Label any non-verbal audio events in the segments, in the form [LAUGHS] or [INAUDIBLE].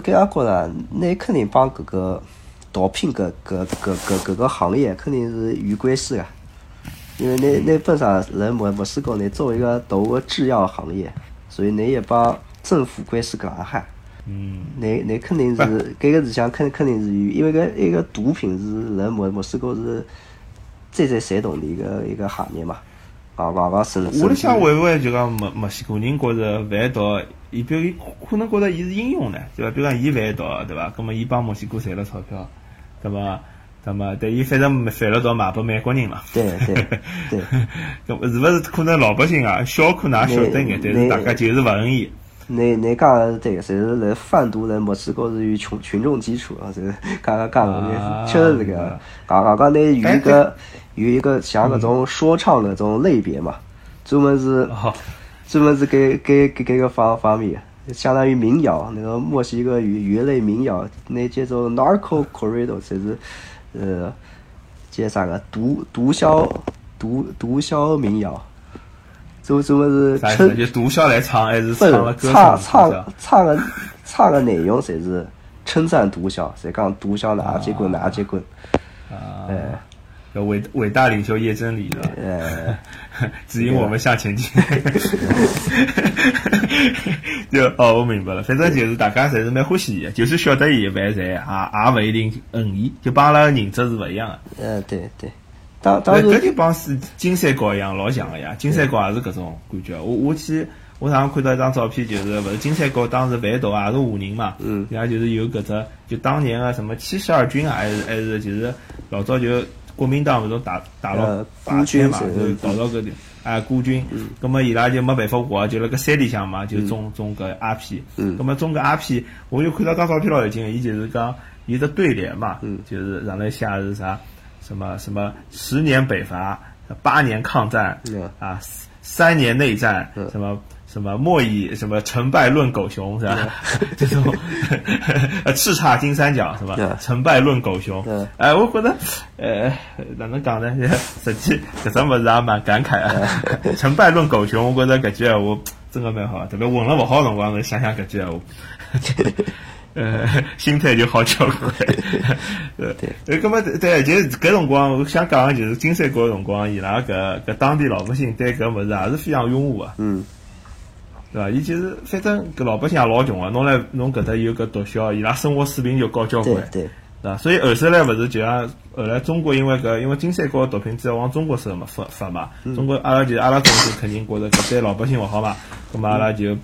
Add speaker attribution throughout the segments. Speaker 1: 个样觉着，那肯定帮搿个毒品搿搿搿搿搿个行业肯定是有关系个，啊因为那那本上人墨墨西哥，你作为一个大个制药行业，所以你也帮政府关系搿样哈。
Speaker 2: 嗯，
Speaker 1: 你你肯定是搿个事情肯肯定是有，因为搿一个毒品是人墨墨西哥是最最谁懂的一个一个行业嘛，啊，往往甚至
Speaker 2: 我辣想会勿会就讲墨墨西哥人觉着贩毒，伊比如伊可能觉着伊是英雄呢，对伐？比如讲伊贩毒，对伐？葛末伊帮墨西哥赚了钞票，对伐？那么，但伊反正贩了毒卖拨美国人了。
Speaker 1: 对对
Speaker 2: [LAUGHS]
Speaker 1: 对，
Speaker 2: 搿么是勿是可能老百姓啊，小可能也晓得眼，但是大家就是勿恨伊。
Speaker 1: 你你讲的是对个，侪是来贩毒来墨西哥是有群群众基础啊，这讲讲讲
Speaker 2: 啊
Speaker 1: 的，确实是搿
Speaker 2: 明白
Speaker 1: 个。讲讲讲，你有
Speaker 2: 哎
Speaker 1: 一个有一个像搿
Speaker 2: 嗯
Speaker 1: 种说唱搿种类别嘛，专门是
Speaker 2: 哦，
Speaker 1: 专门是给给给给个方方面，相当于民谣那个墨西哥语语类民谣，那叫做 narco corrido，才是呃，叫啥个毒毒枭毒毒枭民谣，专专门是
Speaker 2: 啥意
Speaker 1: 称
Speaker 2: 思？就毒枭来唱，还
Speaker 1: 不
Speaker 2: 是唱
Speaker 1: 是
Speaker 2: 了歌
Speaker 1: 唱
Speaker 2: 唱
Speaker 1: 唱唱个唱个内容侪是称赞毒枭，侪讲毒枭哪结棍哪结
Speaker 2: [LAUGHS]
Speaker 1: 棍，
Speaker 2: 啊，
Speaker 1: 哎
Speaker 2: 要伟伟大领袖叶真理的，
Speaker 1: 哎，
Speaker 2: [LAUGHS] 指引我们向前进。 [LAUGHS] 就哦，我明白了，反正就是大家侪是蛮欢喜伊，就是晓得伊犯罪，也也勿一定恨伊，就帮阿拉认知是勿一样的。
Speaker 1: 呃对对，当当
Speaker 2: 那搿
Speaker 1: 然
Speaker 2: 就帮是金三角一样老像个呀，金三角也是搿种感觉。我我去，我上趟看到一张照片，就是勿是金三角当时贩毒啊，也是华人嘛，
Speaker 1: 嗯
Speaker 2: 伊拉就是有搿只就当年个什么七十二军啊，还是还是就是老早就国民党搿种打打牢
Speaker 1: 呃
Speaker 2: 打圈嘛，
Speaker 1: 孤军
Speaker 2: 就是
Speaker 1: 嗯
Speaker 2: 搞到搿点啊孤军，葛末伊拉就没办法活，就辣搿山里向嘛，就种种搿鸦片，
Speaker 1: 嗯
Speaker 2: 葛末种搿鸦片，我就看到张照片老有劲个，伊就是讲有只对联嘛，
Speaker 1: 嗯
Speaker 2: 就是上来写是啥什么什么十年北伐，八年抗战
Speaker 1: 嗯，
Speaker 2: 啊三三年内战
Speaker 1: 嗯，
Speaker 2: 什么。什么莫以什么成败论狗熊是吧？
Speaker 1: 嗯
Speaker 2: [LAUGHS] 这种呃叱咤金三角是吧
Speaker 1: 对？
Speaker 2: 成败论狗熊
Speaker 1: 对，
Speaker 2: 哎，我觉得，呃，哪能讲呢？ [LAUGHS] 实际搿只物事也蛮感慨啊。 [LAUGHS] 成败论狗熊，我觉着搿句闲话真个蛮好啊的，特别混了勿好的辰光，想想搿
Speaker 1: [LAUGHS]
Speaker 2: 句闲话，呃，心态就好交关。呃， [LAUGHS] 对，搿么对，就是搿辰光，我想讲个就是金三角个辰光，伊拉搿搿当地老百姓对搿物事啊也是非常拥护个。
Speaker 1: 嗯
Speaker 2: 对伐？伊就是反正搿老百姓也老穷啊，侬来侬搿搭有搿毒枭，伊拉生活水平就高交
Speaker 1: 对
Speaker 2: 关，
Speaker 1: 对
Speaker 2: 对伐？所以后首来勿是就像后来中国因为搿因为金三角毒品只要往中国收嘛发发嘛，中国阿拉就阿拉政府肯定觉着搿对老百姓勿好嘛，葛末阿拉就。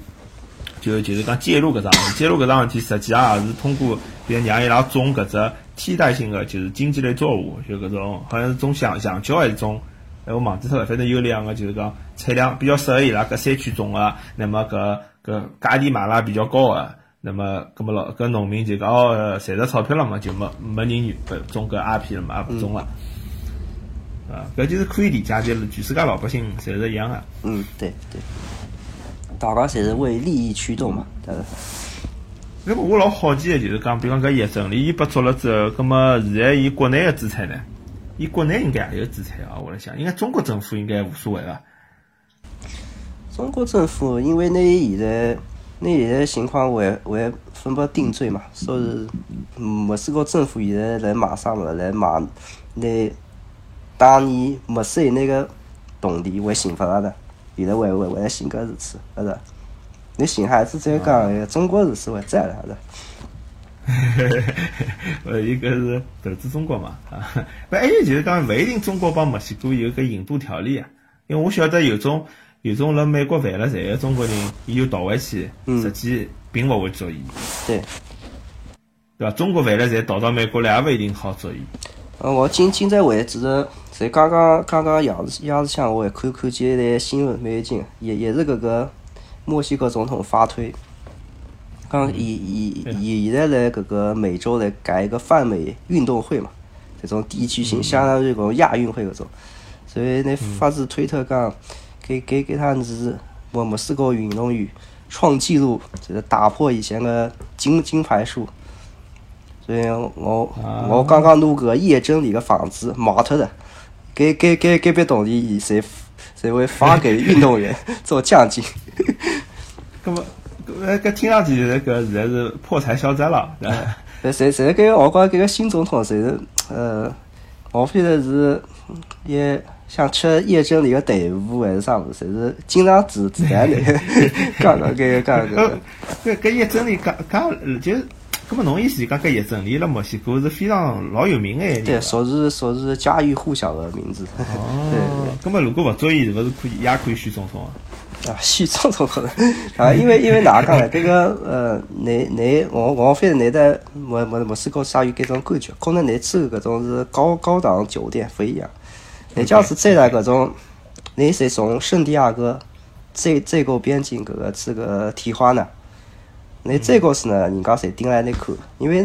Speaker 2: 就就是讲介入搿桩事，体，介入搿桩事体，实际上也是通过，比如让伊拉种搿只替代性的，就是经济类作物，就搿种好像是种橡橡胶还是种，哎我忘记脱了，反正有两个就是讲产量比较适合伊拉搿山区种个，那么搿搿价钿买了比较高个、那么，搿么老搿农民就讲哦，赚着钞票了嘛，就没没人不种搿鸦片了嘛，也勿种了，啊，搿就是可以理解，就是全世界老百姓侪是一样个、
Speaker 1: 嗯对对，大家侪是为利益驱动嘛，但是
Speaker 2: 那么我老好奇的就是讲，比方讲叶正理，伊被捉了之后，那么现在伊国内的资产呢？伊国内应该也有资产啊，我在想，应该中国政府应该无所谓啊了。
Speaker 1: 中国政府因为那现在那现在情况还还分不定罪嘛，所以嗯墨西哥政府现在来马上了来马那当年没税那个动力还刑罚了的，现在还还还来寻搿事体，是的。你寻还是再讲，中国事体还在了，是的。
Speaker 2: 呃，一个是投资中国嘛，啊，不，还有就是讲，勿一定中国帮墨西哥有搿引渡条例啊，因为我晓得有种有种辣美国犯了罪的中国人，伊又逃回去，
Speaker 1: 嗯
Speaker 2: 实际并勿会捉伊，
Speaker 1: 对，
Speaker 2: 对伐？中国犯了罪逃到美国来，也勿一定好捉伊。
Speaker 1: 呃，我今今朝为止，才刚刚刚刚夜市夜市向我也看看见一个新闻，蛮有劲，也也是搿个墨西哥总统发推，讲以以以现在来搿个美洲来搞一个泛美运动会嘛，这种地区性相当于搿种亚运会搿种，所以呢发自推特讲，给给给他们是我们四个运动员创纪录，就是打破以前的金金牌数。所以我、
Speaker 2: 啊
Speaker 1: 我刚刚录个叶真理的访子，毛特的，给给给给别懂的， [LAUGHS] 谁谁会发给运动员做奖金？
Speaker 2: 那么，搿呃搿搿听上去就是搿实在是破财消灾了，对伐？
Speaker 1: 但侪侪搿个我觉搿个新总统侪是呃，我觉得是也像吃夜真理个队伍还是啥物事，侪是经常指指南的， [LAUGHS] 讲讲搿个讲搿
Speaker 2: 搿
Speaker 1: 个。
Speaker 2: 呃搿搿叶真理讲讲就是，搿么侬意思讲搿叶真理辣墨西哥是非常老有名个一个
Speaker 1: 对，
Speaker 2: 人伐？
Speaker 1: 说是说是家喻户晓的名字。
Speaker 2: 哦，搿么如果勿做伊，是勿是可以也可以选总统啊？
Speaker 1: 啊，西藏总统啊，因为因为哪讲呢？这个呃，你你我我反正你在莫莫莫斯科鲨鱼搿种感觉，可能你住搿种是高高档酒店不一样。你假是再来搿种，你是从圣地亚哥这这个边境搿个这个提花呢？你这个是呢，人家侪盯来你看，因为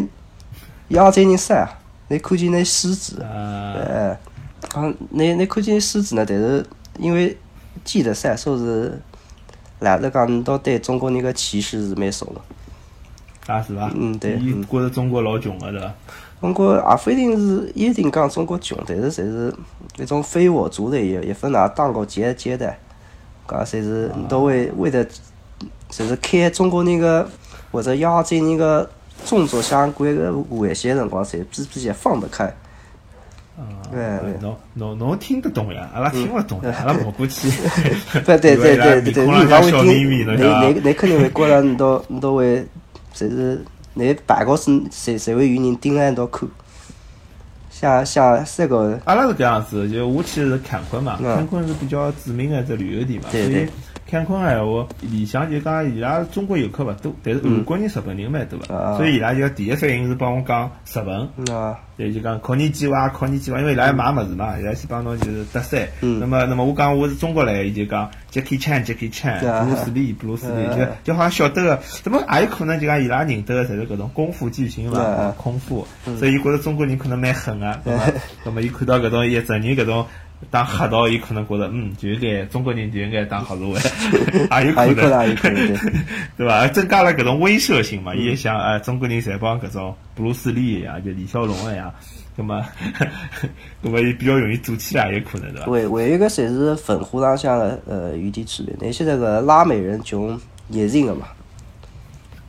Speaker 1: 亚洲人晒啊，你看见那狮子。
Speaker 2: 啊，
Speaker 1: 呃，啊，你你看见狮子呢？但是因为记得噻，说是来了讲到对中国人个歧视是蛮少的。
Speaker 2: 啊是伐？
Speaker 1: 嗯对
Speaker 2: 伊
Speaker 1: 嗯
Speaker 2: 觉着中国老穷啊个对伐？
Speaker 1: 中国也不一定是一定讲中国穷，但是侪是那种非我族的，也也分拿当国接接待，讲侪是都为为了，侪是开中国那个或者亚洲那个种族相关个玩些辰光，侪比比较放得开。
Speaker 2: 啊
Speaker 1: 对对，嗯
Speaker 2: 侬侬侬听得懂呀？阿拉听勿懂呀，阿拉跑
Speaker 1: [LAUGHS]
Speaker 2: 过去。
Speaker 1: 对
Speaker 2: [LAUGHS]
Speaker 1: 对对对对对，
Speaker 2: 你
Speaker 1: 你勿会
Speaker 2: 小
Speaker 1: 听，
Speaker 2: 秘密
Speaker 1: 你
Speaker 2: 了是吧？
Speaker 1: 你你肯定会觉着你 [LAUGHS] 到你到会，就是你办公室谁谁会有人盯在你到看，像像这个
Speaker 2: 阿拉是搿样子，就我去的是坎昆嘛，
Speaker 1: 嗯
Speaker 2: 坎昆是比较著名的一只旅游地嘛，所
Speaker 1: 对
Speaker 2: 以
Speaker 1: 对
Speaker 2: 坎昆闲话，里向就讲伊拉中国游客勿多，但是韩国人、日本人蛮多
Speaker 1: 啊
Speaker 2: 的，所以伊拉就第一反应是帮我讲日文，
Speaker 1: 嗯啊
Speaker 2: 对，就讲考你几哇，考你几哇，因为伊拉要买物事嘛，伊拉先帮侬就是搭讪。
Speaker 1: 嗯
Speaker 2: 那么，那么我讲我是中国来，伊就讲 Jackie Chan，Jackie
Speaker 1: 对啊
Speaker 2: Chan，布鲁斯利，布鲁斯利，
Speaker 1: 嗯
Speaker 2: 就就好像晓得个，怎么也有可能就讲伊拉认得个侪是搿种功夫巨星
Speaker 1: 嗯
Speaker 2: 嘛
Speaker 1: 嗯，
Speaker 2: 功夫，所以伊觉着中国人可能蛮狠啊。那么，那么伊看到搿种一整人搿种。打黑道，伊可能觉着，嗯，就应该中国人就应该打黑社
Speaker 1: [LAUGHS]
Speaker 2: [LAUGHS] 会，也有
Speaker 1: 啊也有可
Speaker 2: 可
Speaker 1: 能
Speaker 2: 能，
Speaker 1: 也有可
Speaker 2: [LAUGHS]
Speaker 1: 能对
Speaker 2: 对伐？增加了搿种威慑性嘛，
Speaker 1: 嗯
Speaker 2: 伊也想，哎，中国人侪帮搿种布鲁斯利啊，就李小龙一样，葛么， [LAUGHS] 葛么伊比较容易做起来，有可能对
Speaker 1: 还
Speaker 2: 伐？
Speaker 1: 还有一个侪是文化浪向的呃有点区别。那现在个拉美人穷热情个嘛，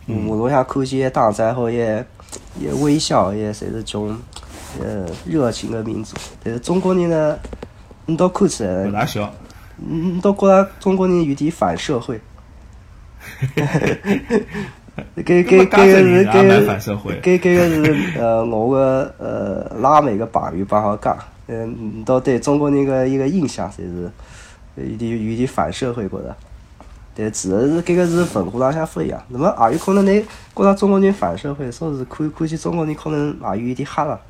Speaker 1: 嗯马路上看见打灾后也也微笑，也侪是种呃热情个民族。但是中国人呢，你到看起来
Speaker 2: 勿。大小，
Speaker 1: 嗯，你都觉着中国人有点反社
Speaker 2: [LAUGHS]
Speaker 1: 会。搿搿搿个是搿
Speaker 2: 也蛮
Speaker 1: 个
Speaker 2: 反社会
Speaker 1: 搿搿个是呃我个呃拉美个朋友帮我讲，嗯，到对中国人个一个印象侪是有点有点反社会觉着。但主要是搿个是文化浪向不一样，那么也有可能你觉着中国人反社会，说是看看见中国人可能也有一点黑了。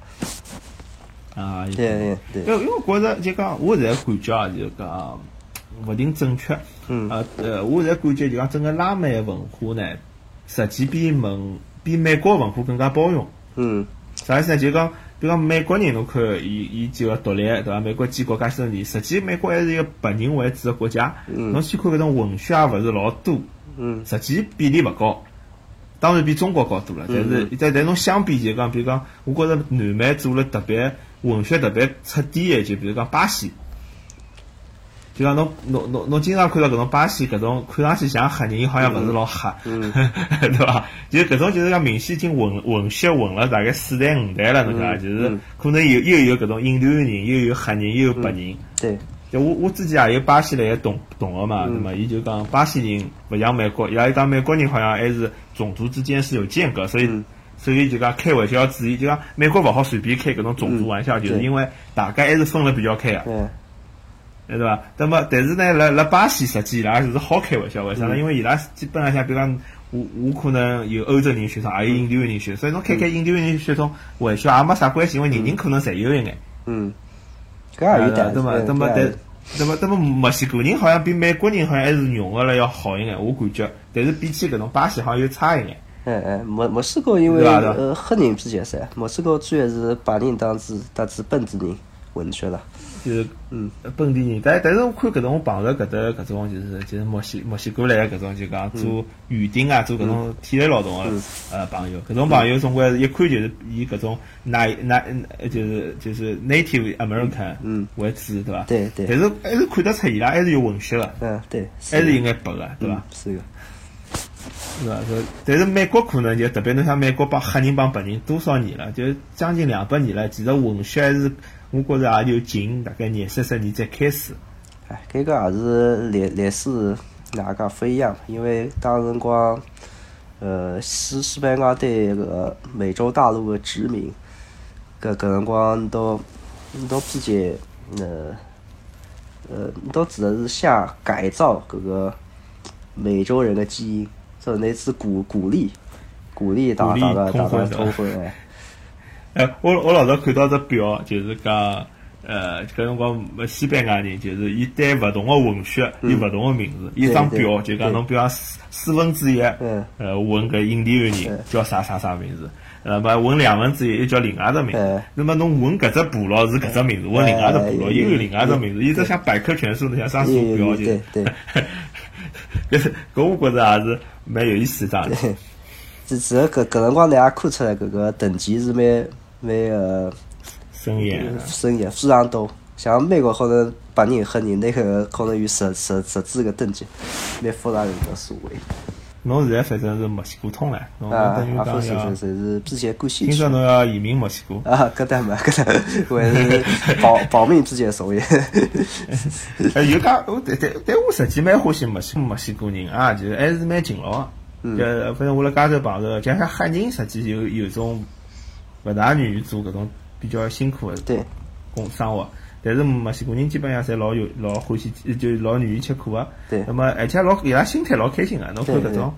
Speaker 2: 啊，有可能
Speaker 1: 对对对，
Speaker 2: 因为因为我觉着就讲，我现在感觉啊，就是讲勿定正确。
Speaker 1: 嗯
Speaker 2: 啊呃，我现在感觉就讲整个拉美文化呢，实际比文比美国文化更加包容。
Speaker 1: 嗯
Speaker 2: 啥意思呢？就是讲，比如讲美国人，侬看伊伊几个独立，对伐？美国建国介许多年，实际美国还是一个白人为主的国家。
Speaker 1: 嗯
Speaker 2: 侬去看搿种混血也勿是老多，
Speaker 1: 嗯
Speaker 2: 实际比例勿高。当然比中国高多了，但是
Speaker 1: 嗯
Speaker 2: 但但侬相比就讲，比如讲，我觉着南美做了特别混血特别彻底的，就比如讲巴西。就讲侬侬侬侬经常看到搿种巴西搿种看上去像黑人，好像勿是老黑，
Speaker 1: 嗯
Speaker 2: [LAUGHS] 对伐？就是搿种就是讲明显已经混混血混了大概四代五代了，侬晓得伐？
Speaker 1: 嗯
Speaker 2: 就是
Speaker 1: 嗯
Speaker 2: 可能有又有搿种印度人，又有黑人，又有白人。
Speaker 1: 对，
Speaker 2: 就我我自己啊也有巴西来个同同学
Speaker 1: 嗯
Speaker 2: 嘛，那么伊就讲巴西人勿像美国，伊拉讲美国人好像还是种族之间是有间隔，所以、
Speaker 1: 嗯
Speaker 2: 所以就讲开玩笑注意，就讲美国勿好随便开搿种种族玩笑，就是
Speaker 1: 嗯对
Speaker 2: 因为大家还是分了比较开个、
Speaker 1: 对嗯
Speaker 2: 对伐？那么但是呢，辣辣巴西实际伊拉是好开玩笑，为啥呢？
Speaker 1: 嗯
Speaker 2: 因为伊拉基本上像比如讲，我我可能有欧洲人血统，也有印度人血统，所以侬开
Speaker 1: 嗯
Speaker 2: 开印度人血统玩笑也没啥关系，因为人人可能侪有一眼。
Speaker 1: 嗯，搿也有
Speaker 2: 哎对
Speaker 1: 点，
Speaker 2: 嘛？
Speaker 1: 嗯
Speaker 2: 那么
Speaker 1: 搿也有
Speaker 2: 但，那么那么墨西哥人好像比美国人好像还是融合了要好一眼，我感觉。但是比起搿种巴西好像又差一眼。
Speaker 1: 嗯嗯，墨墨西哥因为
Speaker 2: 对吧对吧
Speaker 1: 呃黑人比较噻，墨西哥主要是白人当子当子本地人混血了。
Speaker 2: 就是
Speaker 1: 嗯
Speaker 2: 本地人，但但是我看搿种我碰着搿搭搿种就是就是墨西墨西哥来的搿种就讲做园丁啊，做搿种体力劳动的
Speaker 1: 嗯
Speaker 2: 呃朋友，搿种朋友总归是一看就是以搿种那那就是就是 native American
Speaker 1: 嗯
Speaker 2: 为主，对伐？
Speaker 1: 对对
Speaker 2: 但是还是看得出伊拉还是有混血的，
Speaker 1: 嗯，对，
Speaker 2: 还是有
Speaker 1: 个，
Speaker 2: 眼白的，对伐
Speaker 1: 嗯？是个。
Speaker 2: 是吧？是，但是美国可能就特别，侬像美国帮黑人帮白人多少年了，就将近两百年了。其实混血还是，我觉着也就近大概廿三十年才开始。
Speaker 1: 哎，搿个也是历历史哪介不一样，因为当辰光，呃，西西班牙对搿个美洲大陆的殖民，搿搿辰光到到毕竟，呃，呃，到指的是下改造搿个美洲人的基因，这类似鼓鼓励，鼓励打
Speaker 2: 鼓励
Speaker 1: 打个打
Speaker 2: 通婚
Speaker 1: 个
Speaker 2: 是吧
Speaker 1: 通婚，哎，
Speaker 2: 哎，我我老早看到只表，就是讲，呃，搿辰光呃西班牙人就是伊对勿同个混血有勿同个名字，一张
Speaker 1: 嗯对
Speaker 2: 表
Speaker 1: 对
Speaker 2: 就讲侬比方四四分之一，
Speaker 1: 嗯
Speaker 2: 呃，混搿印第安人
Speaker 1: 嗯
Speaker 2: 叫啥啥啥名字，那么混两分之一又叫另外只名字
Speaker 1: 嗯，
Speaker 2: 那么侬混搿只部落是搿只名字，混另外只部落
Speaker 1: 哎
Speaker 2: 又有另外只名字，
Speaker 1: 对嗯
Speaker 2: 伊只像百科全书，侬像啥数表就
Speaker 1: 对
Speaker 2: 是，
Speaker 1: 对。
Speaker 2: [LAUGHS] 搿搿我觉着也是蛮有意思的。
Speaker 1: 只只搿搿辰光，大家看出来搿个等级是蛮蛮呃
Speaker 2: 深夜啊。
Speaker 1: 深远，非常多。像美国可能白人、黑人，那个可能有十十十几个等级，蛮复杂的一个所谓。
Speaker 2: 侬现在反正是墨西哥通了，侬
Speaker 1: 啊，
Speaker 2: 哦等于
Speaker 1: 阿
Speaker 2: 讲
Speaker 1: 夫先
Speaker 2: 要
Speaker 1: 生，是之前过兴
Speaker 2: 听
Speaker 1: 趣
Speaker 2: [LAUGHS] 说侬要移民墨西哥，
Speaker 1: 啊，搿搭没搿搭，
Speaker 2: [LAUGHS]
Speaker 1: 我是保保命之间所谓。啊
Speaker 2: 哎，有讲，我但但但我实际蛮欢喜墨西墨西哥人啊，就是还是蛮勤劳的。
Speaker 1: 嗯
Speaker 2: 呃，反正我辣加州碰着，就像黑人实际有有种勿大愿意做搿种比较辛苦的
Speaker 1: 对，
Speaker 2: 工生活，但是墨西哥人基本上侪老有老欢喜，呃就老愿意吃苦个。
Speaker 1: 对
Speaker 2: 那么而且老伊拉心态老开心个，侬看
Speaker 1: 对
Speaker 2: 搿种。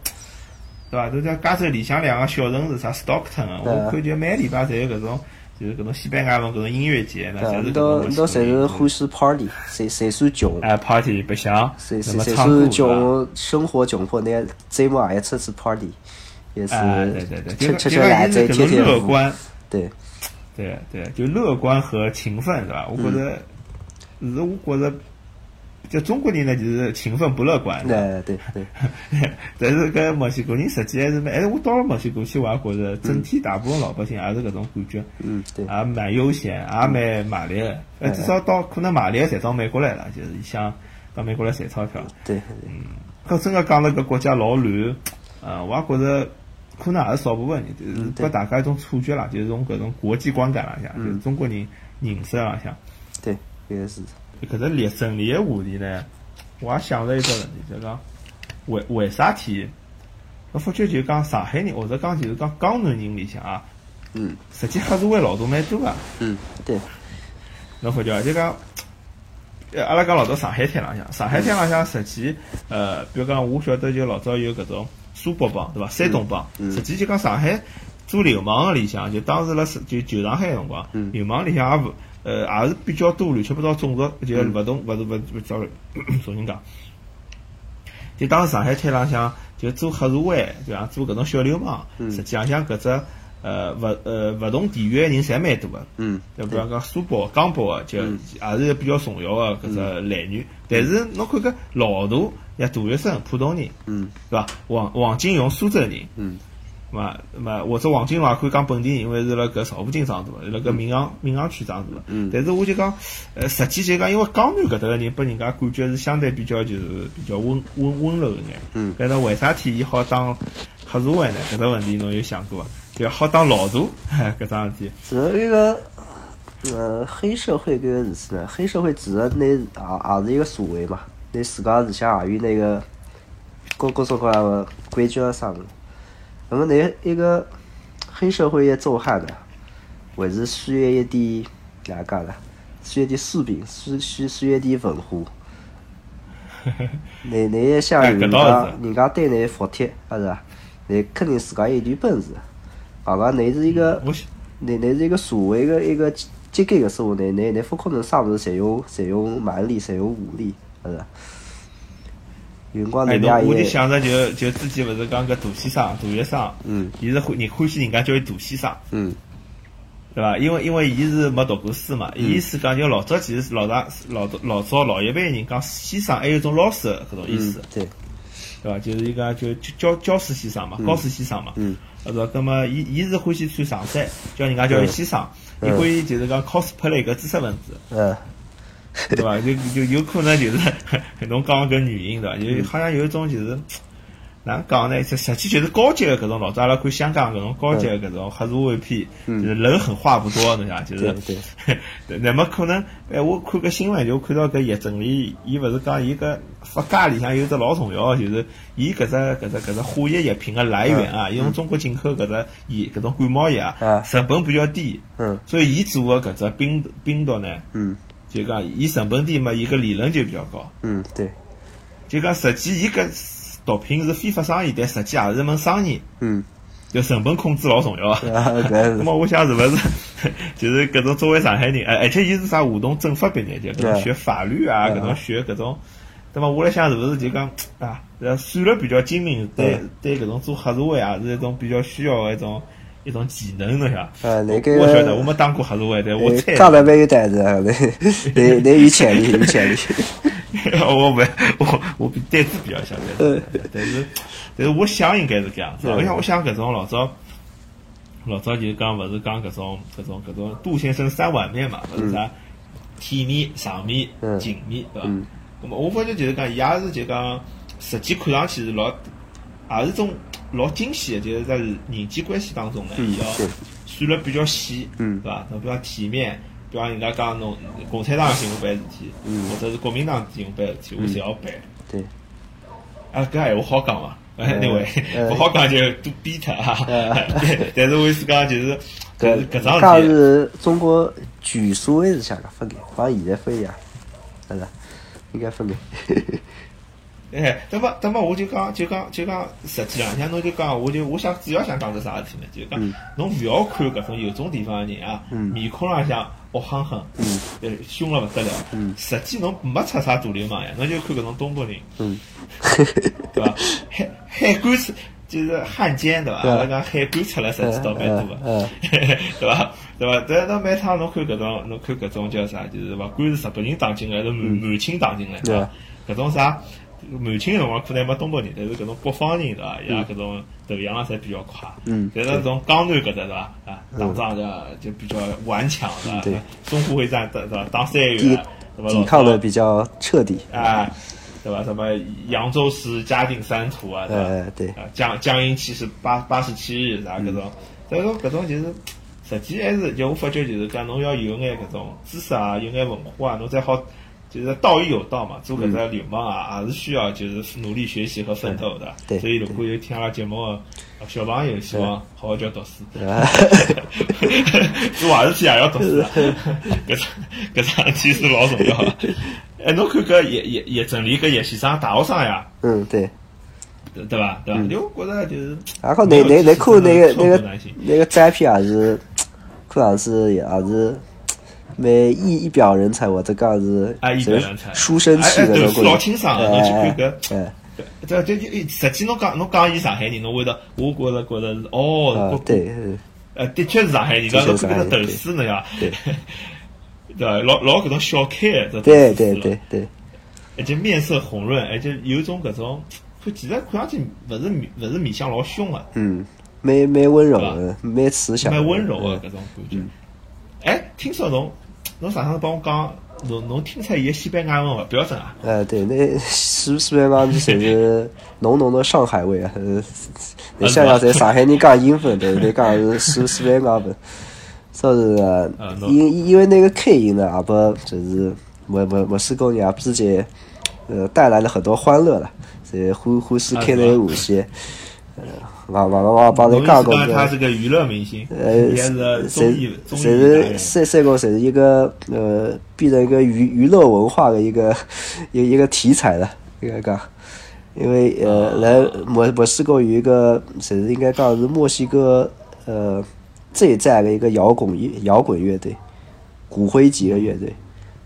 Speaker 2: 对伐？都在加州里向两个小城市，啥 Stockton 啊，
Speaker 1: 对啊
Speaker 2: 我感觉每礼拜侪有搿种，就是搿种西班牙文搿种音乐节，那
Speaker 1: 啊，
Speaker 2: 侪是
Speaker 1: 很
Speaker 2: 搿种
Speaker 1: 多
Speaker 2: 墨
Speaker 1: 很
Speaker 2: 西
Speaker 1: 多
Speaker 2: 哥
Speaker 1: 侪
Speaker 2: 人
Speaker 1: 是欢喜 party，谁谁算穷，
Speaker 2: 哎 party 白相，
Speaker 1: 谁
Speaker 2: 那
Speaker 1: 谁
Speaker 2: 么
Speaker 1: 谁
Speaker 2: 唱歌
Speaker 1: 算
Speaker 2: 啊
Speaker 1: 穷，生活窘迫，那周末啊也要出去 party，也是
Speaker 2: 哎，对对对，
Speaker 1: 吃
Speaker 2: 就
Speaker 1: 吃
Speaker 2: 是
Speaker 1: 吃
Speaker 2: 就
Speaker 1: 奶
Speaker 2: 是
Speaker 1: 嘴，
Speaker 2: 搿
Speaker 1: 贴
Speaker 2: 种
Speaker 1: 贴
Speaker 2: 乐
Speaker 1: 福，
Speaker 2: 观，哎
Speaker 1: 对。
Speaker 2: 对对，就乐观和勤奋是吧？我
Speaker 1: 嗯
Speaker 2: 觉着，是我觉着，就中国人呢就是勤奋不乐观，是吧
Speaker 1: 对对对，
Speaker 2: [LAUGHS] 但是搿墨西哥人实际还是蛮，哎，我到了墨西哥去，我也觉着整体大部分老百姓也是搿种感觉，
Speaker 1: 嗯对，
Speaker 2: 也蛮悠闲，也蛮卖力的。呃，
Speaker 1: 嗯
Speaker 2: 至少到可能卖力的侪到美国来了，就是想到美国来赚钞票。
Speaker 1: 对
Speaker 2: 搿真个讲了搿国家老乱，呃，我也觉着可能也是少部分人，就是
Speaker 1: 对
Speaker 2: 拨大家一种错觉啦，就是种搿种国际观感浪向，就是中国人认识浪向。
Speaker 1: 对，对，也是，
Speaker 2: 搿只列整理个话题呢，我也想了一只问题，就讲为为啥体？我发觉就讲上海人，或者讲就是讲江南人里向啊，
Speaker 1: 嗯
Speaker 2: 实际黑社会老大蛮多啊个。
Speaker 1: 嗯对，
Speaker 2: 侬发觉伐？就讲，呃，阿拉讲老早上海滩浪向，上海滩浪向实际，呃，比如讲，我晓得就老早有搿种苏北帮，对伐？山东帮，
Speaker 1: 嗯
Speaker 2: 实际就讲上海做流氓个里向，就当时辣是就旧上海个辰光，
Speaker 1: 嗯
Speaker 2: 流氓里向也勿，呃，也是比较多乱七八糟种族，就是
Speaker 1: 嗯
Speaker 2: 勿同勿是勿勿叫 [COUGHS] 重新讲。就当时上海滩浪向就做黑社会，对伐？做搿种小流氓，
Speaker 1: 嗯
Speaker 2: 实际浪向搿只呃勿呃勿同地域个人侪蛮多个，
Speaker 1: 嗯
Speaker 2: 对，比方讲苏北、江北啊，就也是比较重要的搿只
Speaker 1: 嗯
Speaker 2: 来源。但是侬看搿老大，像大学生、普通人，
Speaker 1: 嗯
Speaker 2: 对伐？王王金荣，苏州人，
Speaker 1: 嗯
Speaker 2: 嘛嘛，或者王金荣也可以讲本地人，因为是辣搿邵武泾长大的，是辣搿闵行闵行区长大的。
Speaker 1: 嗯
Speaker 2: 但是我就讲，呃，实际就讲，因为江南搿搭个人拨人家感觉是相对比较就是比较温温温柔一眼。
Speaker 1: 嗯
Speaker 2: 但是为啥体伊好当黑社会呢？搿只问题侬有想过伐？对，好当老大， [LAUGHS] 搿桩事体。
Speaker 1: 主要那个呃黑社会搿个事体呢，黑社会主要那也也是一个所谓嘛，那自家里向也有那个各各种各样的规矩啊啥物事。那么那一个黑社会的做汉呢，还是需要一点哪讲呢？需要一点水平，需需需要一点文化。
Speaker 2: [LAUGHS]
Speaker 1: 你你也像
Speaker 2: 哎
Speaker 1: 人
Speaker 2: 搿倒
Speaker 1: 家
Speaker 2: 是
Speaker 1: 人家对你服帖，啊是吧？你肯定自家有点本事。啊吧，你是一个
Speaker 2: 我想。
Speaker 1: 你你是一个社会个一个结构个社会，你你你不可能啥物事侪用侪用蛮力，侪用武力，是伐？有辰光
Speaker 2: 哎，
Speaker 1: 人
Speaker 2: 侬
Speaker 1: 家
Speaker 2: 我就
Speaker 1: 也
Speaker 2: 想着就就之前勿是讲搿大先生、大学生，
Speaker 1: 嗯，
Speaker 2: 伊是欢人欢喜人家叫伊大先生，
Speaker 1: 嗯
Speaker 2: 对伐？因为因为伊是没读过书
Speaker 1: 嗯
Speaker 2: 嘛，伊意思讲就老早其实老大老老早老一辈人讲先生还有一种老师的搿种意
Speaker 1: 嗯
Speaker 2: 思，
Speaker 1: 对
Speaker 2: 对伐？就是伊讲就就教教师先生嘛，教师先生嘛，
Speaker 1: 嗯，
Speaker 2: 啊对伐？搿么伊伊是欢喜穿长衫，叫人家叫伊先生，伊
Speaker 1: 嗯
Speaker 2: 欢喜就是讲 cosplay 搿知识分子，
Speaker 1: 呃嗯
Speaker 2: 对伐？就就有可能就是侬讲搿原因对伐？就好像有一种就是哪能讲呢？实实际就是高级的搿种，老早阿拉看香港搿种高级的
Speaker 1: 嗯
Speaker 2: 搿种黑社会片，就是人狠话不多，侬想就是
Speaker 1: 对对。
Speaker 2: 对 [LAUGHS] 那么可能，哎，我看个新闻就看到搿叶正里，伊勿是讲伊搿发家里向有只老重要的，就是伊搿只搿只搿只化学药品个来源啊，伊从中国进口搿只伊搿种感冒药啊
Speaker 1: 嗯啊，
Speaker 2: 成本比较低，
Speaker 1: 嗯
Speaker 2: 所以伊做个搿只冰冰毒呢，
Speaker 1: 嗯
Speaker 2: 就讲伊成本低嘛，伊个利润就比较高。
Speaker 1: 嗯，对，
Speaker 2: 就讲实际伊搿毒品是非法生意，但实际也是门生意，
Speaker 1: 嗯，
Speaker 2: 就成本控制老重要。
Speaker 1: [LAUGHS] 啊，搿
Speaker 2: 那
Speaker 1: 是
Speaker 2: 么我想是勿是， [LAUGHS] 就是搿种作为上海人，哎而而且伊是啥华东政法毕业，就搿种
Speaker 1: 对
Speaker 2: 学法律啊，
Speaker 1: 对
Speaker 2: 搿种学搿种，那么我来想是勿是就讲啊，呃算了比较精明，对对搿种做黑社会啊是一种比较需要的一种一种技能，侬想？
Speaker 1: 啊，你搿
Speaker 2: 我晓得，我
Speaker 1: 个
Speaker 2: 没当过黑社会，但我猜
Speaker 1: 哎，干了蛮有胆子啊，你你你有潜力，有
Speaker 2: [LAUGHS]
Speaker 1: 潜力，
Speaker 2: 我没我我比胆子比较小，但是
Speaker 1: 嗯
Speaker 2: 但是但是我想应该是搿样子。啊
Speaker 1: 嗯
Speaker 2: 我想我想搿种老早老早就是讲勿是讲搿种搿种搿种杜先生三碗面嘛，勿是啥体面、上面、
Speaker 1: 嗯
Speaker 2: 情面，对伐
Speaker 1: 嗯？
Speaker 2: 那么我发觉就是讲，伊也是就讲实际看上去是老也是种老精细的，就是在人际关系当中呢，
Speaker 1: 嗯
Speaker 2: 伊要
Speaker 1: 对
Speaker 2: 算了比较细，
Speaker 1: 嗯
Speaker 2: 对伐？侬比较体面，比方人家讲侬共产党请我办事体，
Speaker 1: 嗯
Speaker 2: 或者是国民党请我办事体，我侪要办。
Speaker 1: 对，
Speaker 2: 啊，搿闲话好讲伐？哎， [LAUGHS] 那位
Speaker 1: 呃
Speaker 2: 勿好讲就多逼他啊
Speaker 1: 呃。
Speaker 2: 对 [LAUGHS] 但是我意思讲就是，就是搿桩
Speaker 1: 搿
Speaker 2: 事体，
Speaker 1: 是中国前所谓是像个分类，帮现在分一样，是不是？应该分类，
Speaker 2: 哎，那么那么我就讲就讲就讲，实际浪向侬就讲，我就我想主要想讲个啥事体呢？就是讲
Speaker 1: 嗯
Speaker 2: 侬勿要看搿种有种地方个人啊，
Speaker 1: 嗯
Speaker 2: 面孔浪向恶哼哼，
Speaker 1: 嗯
Speaker 2: 呃，凶了勿得了
Speaker 1: 嗯，
Speaker 2: 实际侬没出啥大流氓呀，侬就看搿种东北人。
Speaker 1: 嗯，
Speaker 2: 对 [LAUGHS] 伐？海海关是就是汉奸对伐？
Speaker 1: 对
Speaker 2: 阿拉讲海关出来实际倒蛮多
Speaker 1: 嗯
Speaker 2: 个， [LAUGHS] 对伐？对伐？但那每趟侬看搿种，侬看搿种叫啥？就是勿管是日本人打进来，还是
Speaker 1: 嗯
Speaker 2: 满满清打进来，对伐？搿种啥？满清辰光可能还没东北人，但是搿种北方人对伐？伊拉搿种投降了侪比较快。
Speaker 1: 嗯
Speaker 2: 但是搿种江南搿搭对伐？啊，打仗的就比较顽强对
Speaker 1: 对
Speaker 2: 伐？淞沪会战对对伐？打三月，
Speaker 1: 抵
Speaker 2: 对伐？
Speaker 1: 抵
Speaker 2: 老
Speaker 1: 抗
Speaker 2: 早
Speaker 1: 的比较彻
Speaker 2: [LAUGHS]
Speaker 1: 底，
Speaker 2: 啊，对吧？什么扬州市嘉定三屠啊，对吧？
Speaker 1: 呃，对，嗯
Speaker 2: 啊，江江阴七十八八十七日啥搿种，但种搿种就是实际还是就我发觉就是讲侬要有眼搿种知识啊，有眼文化啊，侬才好就是道义有道嘛，做搿只
Speaker 1: 嗯
Speaker 2: 流氓啊，也是需要就是努力学习和奋斗的。
Speaker 1: 嗯对嗯
Speaker 2: 所以如果有听阿拉节目的啊小朋友，希望好好叫读书。
Speaker 1: 啊，
Speaker 2: [LAUGHS] 做坏事体也要读书啊，
Speaker 1: [LAUGHS]
Speaker 2: 搿桩搿桩事体是老重要的。哎，侬看搿叶叶叶振理搿叶先生大学生呀，
Speaker 1: 嗯，对。
Speaker 2: 对对伐？
Speaker 1: 嗯
Speaker 2: 对伐？就觉着就是，
Speaker 1: 然后你你你看那个
Speaker 2: 特
Speaker 1: 那
Speaker 2: 别
Speaker 1: 个
Speaker 2: 难行
Speaker 1: 那个照片也是，看上去也是蛮一一表人才，或者讲是
Speaker 2: 啊一表人才
Speaker 1: 书生气的
Speaker 2: 哎哎
Speaker 1: 那
Speaker 2: 头
Speaker 1: 种。
Speaker 2: 老清爽的侬去看搿
Speaker 1: 哎，
Speaker 2: 这这这实际侬讲侬讲伊上海人，侬会得我觉着觉着是哦，
Speaker 1: 哎啊
Speaker 2: 我，
Speaker 1: 对，嗯
Speaker 2: 呃，的确是上海人，
Speaker 1: 的确
Speaker 2: 但侬
Speaker 1: 是
Speaker 2: 看
Speaker 1: 上海
Speaker 2: 搿
Speaker 1: 人
Speaker 2: 头丝那个，
Speaker 1: 对
Speaker 2: [LAUGHS] 对伐？老老搿种小开的，这
Speaker 1: 对
Speaker 2: 头丝
Speaker 1: 对
Speaker 2: 了
Speaker 1: 对对，
Speaker 2: 而且面色红润，而且有种搿种，看其实看上去勿是面勿是面相老凶啊个，
Speaker 1: 嗯，蛮蛮温柔
Speaker 2: 对
Speaker 1: 的，蛮慈祥的，
Speaker 2: 蛮温柔
Speaker 1: 嗯
Speaker 2: 啊个搿种感觉。哎，听说侬侬上趟帮我讲，侬侬听出伊个西班牙文勿标准啊？
Speaker 1: 呃，对，那西西班牙就是 [LAUGHS] 浓浓的上海味啊！呃，你想想，在上海人讲英文的，你讲是西西班牙文，说是呃
Speaker 2: 啊那
Speaker 1: 因因为那个 K 音呢，也不就是我我我是工人之间，呃，带来了很多欢乐了，所以呼呼吸
Speaker 2: 啊
Speaker 1: K
Speaker 2: 是吧
Speaker 1: 的舞些，呃，我我我我帮
Speaker 2: 侬
Speaker 1: 你
Speaker 2: 意
Speaker 1: 讲
Speaker 2: 思
Speaker 1: 过
Speaker 2: 讲
Speaker 1: 个
Speaker 2: 他是个娱乐明星，
Speaker 1: 呃
Speaker 2: 也，是综艺综艺达
Speaker 1: 谁是
Speaker 2: 人
Speaker 1: 谁谁个谁是一个呃，变成一个娱娱乐文化的一个 [LAUGHS] 一个一个题材了，应该讲，因为
Speaker 2: 啊
Speaker 1: 呃，来墨墨西哥有一个谁是应该讲是墨西哥呃这一站的一个摇滚乐摇滚乐队，骨灰级的乐队，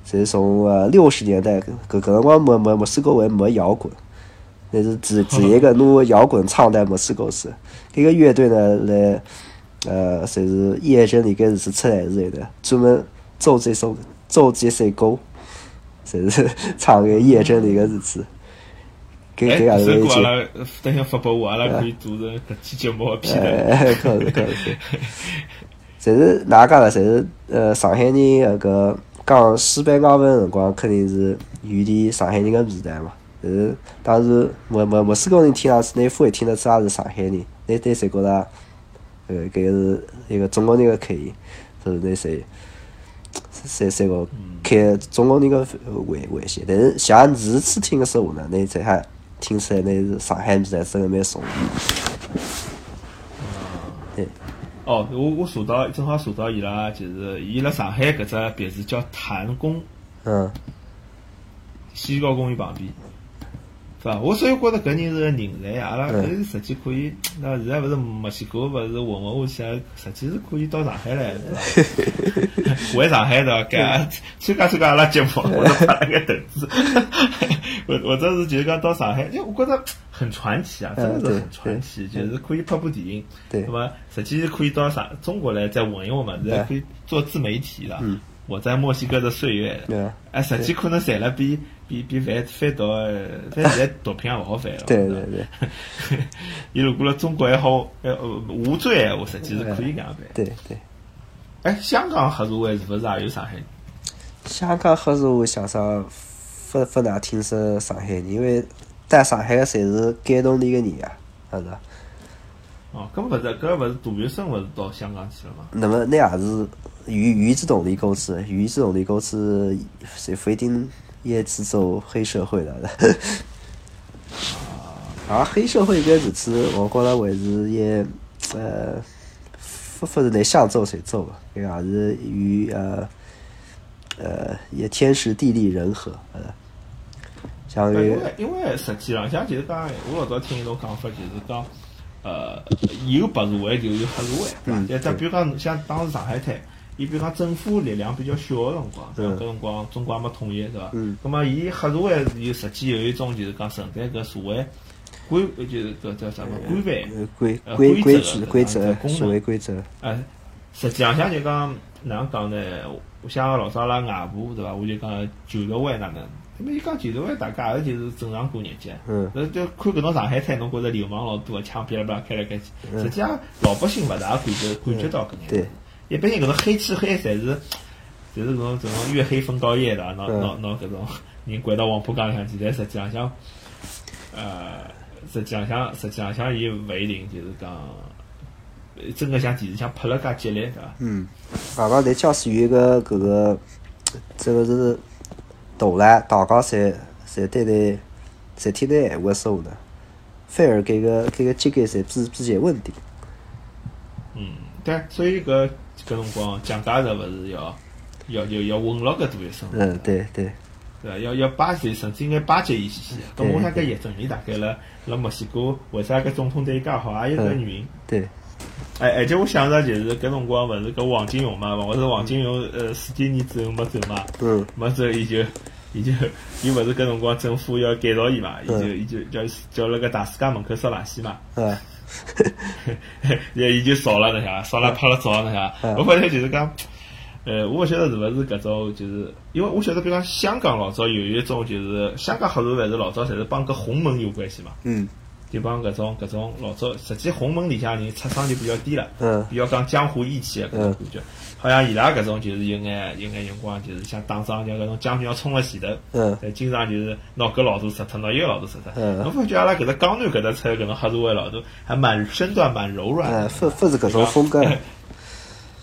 Speaker 1: 是从呃六十年代搿搿辰光墨墨墨西哥还没摇滚。那是只只一
Speaker 2: [LAUGHS]
Speaker 1: 个弄摇滚唱在墨西哥市，这个乐队呢来，呃，算是验证了一个事出来之类的，专门做这首做这首歌，算是唱给验证了一个日子。给
Speaker 2: 哎，
Speaker 1: 给俺
Speaker 2: 搿
Speaker 1: 们
Speaker 2: 首
Speaker 1: 一
Speaker 2: 歌阿
Speaker 1: 起，
Speaker 2: 拉等下发拨我，阿拉可以做成搿期节目个片头。
Speaker 1: [LAUGHS]
Speaker 2: [LAUGHS]
Speaker 1: 哎，可以可以。侪是哪讲呢？侪是呃上海人那个讲西班牙文的辰光，肯定是有点上海人的味道嘛。呃，当时莫莫莫斯科人听上去，那副一听得出也是上海人，那对谁觉着，呃，搿是一个中国人的口音，就是那谁，谁谁个开中国人的玩玩笑。但是像你去听的时候呢，那才还听出来那是上海味道真的蛮重。对，
Speaker 2: 哦，我我查到，正好查到伊拉，就是伊辣上海搿只别墅叫檀宫，
Speaker 1: 嗯，
Speaker 2: 西郊公园旁边，是伐？我所以觉着搿人是个人才啊，阿拉
Speaker 1: 嗯
Speaker 2: 搿实际可以，那现在勿是墨西哥勿是混混下去，啊实际是可以到上海来，
Speaker 1: [LAUGHS]
Speaker 2: 是伐回上海的，啊搿也参加参加阿拉节目，或者拍了个投 [LAUGHS] 资，或或者是就是讲到上海，因为我觉着很传奇啊，真的是
Speaker 1: 嗯对
Speaker 2: 很传奇，就是可以拍部电影，
Speaker 1: 对
Speaker 2: 那么实际是可以到上中国来再混一混嘛，现在可以做自媒体了。
Speaker 1: 嗯
Speaker 2: 我在墨西哥的岁月，
Speaker 1: 对啊
Speaker 2: 哎，实际可能赚了比比比贩贩毒，但现在毒品也勿好贩了。
Speaker 1: 对
Speaker 2: 是吧 [LAUGHS]
Speaker 1: 对对。
Speaker 2: 伊如果辣中国还好，呃呃无罪闲话，实际是可以搿样办。
Speaker 1: 对对。
Speaker 2: 哎，香港黑社会是勿是也有上海人？
Speaker 1: 香港黑社会想上不不大听说上海人，因为在上海的侪是该弄里的人啊，是不是？
Speaker 2: 哦，搿勿是搿勿是杜月笙勿是到香港去了吗？
Speaker 1: 那么那也是与与之同类公司，与之同类公司谁不一定也只走黑社会 [LAUGHS] 了。而黑社会搿事体，我觉着还是也呃，不不是能想做谁做吧，因为也是与呃呃也天时地利人和，呃，相当
Speaker 2: 对，
Speaker 1: 于
Speaker 2: 因为因为实际浪向就是讲，我老早听一种讲法，就是讲，呃，有白社会就有黑社会，对吧
Speaker 1: 嗯
Speaker 2: 就像比如讲，像当时上海滩，伊比如讲政府力量比较小个辰光，对伐？搿辰光中国还没统一，对伐？
Speaker 1: 嗯。
Speaker 2: 咁么，伊黑社会有实际有一种就是讲承担搿社会规，就是搿叫什么规范。
Speaker 1: 呃规
Speaker 2: 呃
Speaker 1: 规规
Speaker 2: 规则
Speaker 1: 矩
Speaker 2: 对吧
Speaker 1: 规
Speaker 2: 在
Speaker 1: 则，
Speaker 2: 功能
Speaker 1: 所谓规则，
Speaker 2: 哎，实际浪向就讲哪能讲呢？我像老早阿拉外婆对伐？我就讲旧社会哪能？那么伊讲旧社会，大家也是就是正常过日节。
Speaker 1: 嗯
Speaker 2: 那呃就看搿种上海滩，侬觉着流氓老多，枪毙了吧，开来开去。实际上老百姓勿大感觉感觉到搿眼。
Speaker 1: 嗯对。
Speaker 2: 一般性搿种黑吃黑，侪是就是搿种搿种月黑风高夜的，拿
Speaker 1: 嗯
Speaker 2: 拿拿搿种人拐到黄浦江里向去，但实际浪向，呃，实际浪向实际浪向伊勿一定就是讲，呃真个像电视像拍了介激烈，对伐？
Speaker 1: 嗯，外邦在江苏有一个搿个，这个是导览大家侪侪对待侪听待闲话的时候呢，反而搿个搿个结构侪比比较稳定。
Speaker 2: 嗯，对，所以搿搿辰光蒋介石勿是要要要要混落搿杜月笙，
Speaker 1: 嗯，对对
Speaker 2: 对伐？要要巴结，甚至应该巴结伊些。搿
Speaker 1: 对
Speaker 2: 我想搿叶正美大概辣辣墨西哥，为啥搿总统对伊介好，也有搿原因。
Speaker 1: 对，
Speaker 2: 嗯哎，而且我想着就是搿辰光勿是搿王金勇嘛，勿是王金勇呃四几年之后没走嘛，
Speaker 1: 嗯
Speaker 2: 没走伊就伊就伊勿是搿辰光政府要改造伊嘛，伊就
Speaker 1: 嗯
Speaker 2: 伊就叫叫辣搿大世界门口烧垃圾嘛。
Speaker 1: 啊，
Speaker 2: [LAUGHS] 也伊就少了那啥，少了拍了照那啥
Speaker 1: 嗯。
Speaker 2: 我发现就是讲，呃，我不晓得是勿是搿种，就是因为我晓得，比如讲香港老早有一种，就是香港黑社会是老早侪是帮搿红门有关系嘛，
Speaker 1: 嗯
Speaker 2: 就帮搿种搿种老早，实际红门里向人出身就比较低了，
Speaker 1: 嗯
Speaker 2: 比较讲江湖义气的搿种感觉。好像伊拉搿种就是有眼有眼辰光，就是像打仗，像搿种将军要冲了前头，
Speaker 1: 嗯
Speaker 2: 对，经常就是拿搿老大杀脱，拿一个老大杀脱。
Speaker 1: 嗯
Speaker 2: 侬发觉阿拉搿只江南搿只出来搿种黑社会老大，还蛮身段蛮柔软的。
Speaker 1: 嗯，不不是搿种风格，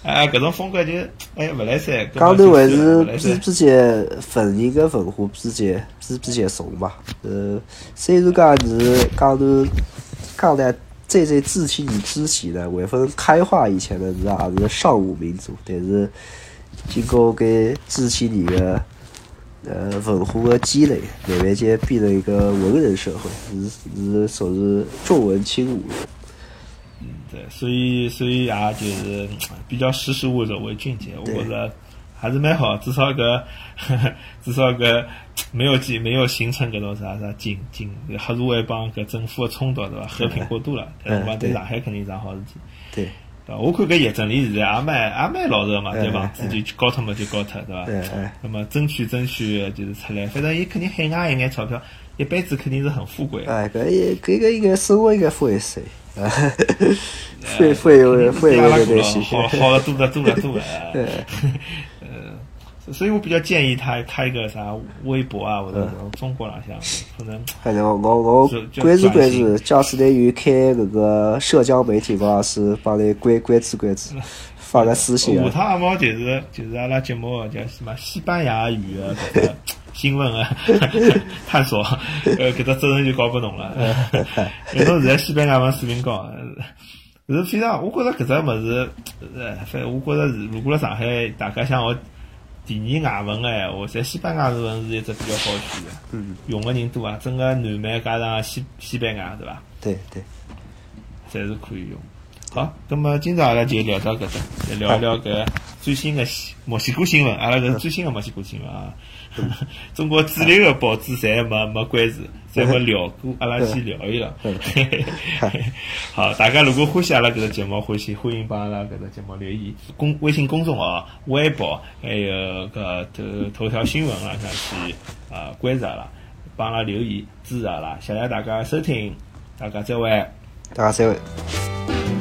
Speaker 2: 哎，搿种风格就哎勿来三，搿
Speaker 1: 江
Speaker 2: 种
Speaker 1: 南还
Speaker 2: 就是勿来
Speaker 1: 比
Speaker 2: 三。
Speaker 1: 比较文人的文化比较比比较重吧。呃，虽然讲是江南江南在在之前之前呢，万分开化以前呢是也是尚武民族，但是经过搿之前里的呃文化的积累，慢慢间变成一个文人社会，是是属于重文轻武。
Speaker 2: 对，所以所以也就是比较识时务者为俊杰，我觉着还是蛮好，至少搿 [LAUGHS] 至少搿没有进没有形成搿种啥啥警警黑社会帮搿政府的冲突对伐？和平过渡了，对
Speaker 1: 嗯
Speaker 2: 伐？
Speaker 1: 对
Speaker 2: 对上海肯定是桩好事体。
Speaker 1: 对，
Speaker 2: 对吧？我看搿叶正理现在也蛮也蛮老实的嘛，
Speaker 1: 嗯
Speaker 2: 对房子就交脱嘛就交脱，对
Speaker 1: 嗯嗯
Speaker 2: 伐？那么争取争取就是出来，反正伊肯定海外有眼钞票，一辈子肯定是很富贵的。
Speaker 1: 哎，搿也搿个应该生活应该不会水，啊， [LAUGHS]
Speaker 2: 哎
Speaker 1: 会会有会有
Speaker 2: 阿拉
Speaker 1: 个
Speaker 2: 过
Speaker 1: 东
Speaker 2: 了
Speaker 1: 西。 [LAUGHS]
Speaker 2: 好好的多了多了多了。
Speaker 1: 对
Speaker 2: [LAUGHS] 呃，所以我比较建议他开个啥微博啊，或者这种
Speaker 1: 嗯
Speaker 2: 中国朗向可能
Speaker 1: 反正我我
Speaker 2: 就就
Speaker 1: 关注
Speaker 2: 转
Speaker 1: 关
Speaker 2: 型
Speaker 1: 注，假使对于开搿个社交媒体吧，是帮你关关注关
Speaker 2: [LAUGHS]
Speaker 1: 注，发个私信
Speaker 2: 下
Speaker 1: 啊。
Speaker 2: 趟阿毛就是就是阿拉节目的叫什么西班牙语的搿个新闻啊 [LAUGHS] 探索，呃，搿只责任就交拨
Speaker 1: [LAUGHS]
Speaker 2: 侬了。因为侬现在西班牙文水平高，呃是非常，我觉着搿只物事，呃，反正我觉着如果辣上海大家想学第二外文哎，话，在西班牙文是一只比较好的选择，
Speaker 1: 嗯，
Speaker 2: 用的人多啊，整个南美加上西西班牙对伐？
Speaker 1: 对对，
Speaker 2: 侪是可以用。好，那么今朝阿拉就聊到搿搭，来聊一聊搿最新的西墨西哥新闻。阿拉搿是最新的墨西哥新闻啊， [LAUGHS] 中国主流的报纸侪没没关注，侪没聊过，阿拉先聊一聊
Speaker 1: 嗯。
Speaker 2: [LAUGHS] 好，大家如果欢喜阿拉搿个节目，欢喜欢迎帮阿拉搿个节目留言，公微信公众号、啊微博，还有搿头头条新闻啊，上去啊关注阿拉，帮阿拉留言支持阿拉，谢谢大家收听，大家再会。
Speaker 1: 大家再会。
Speaker 3: 「君の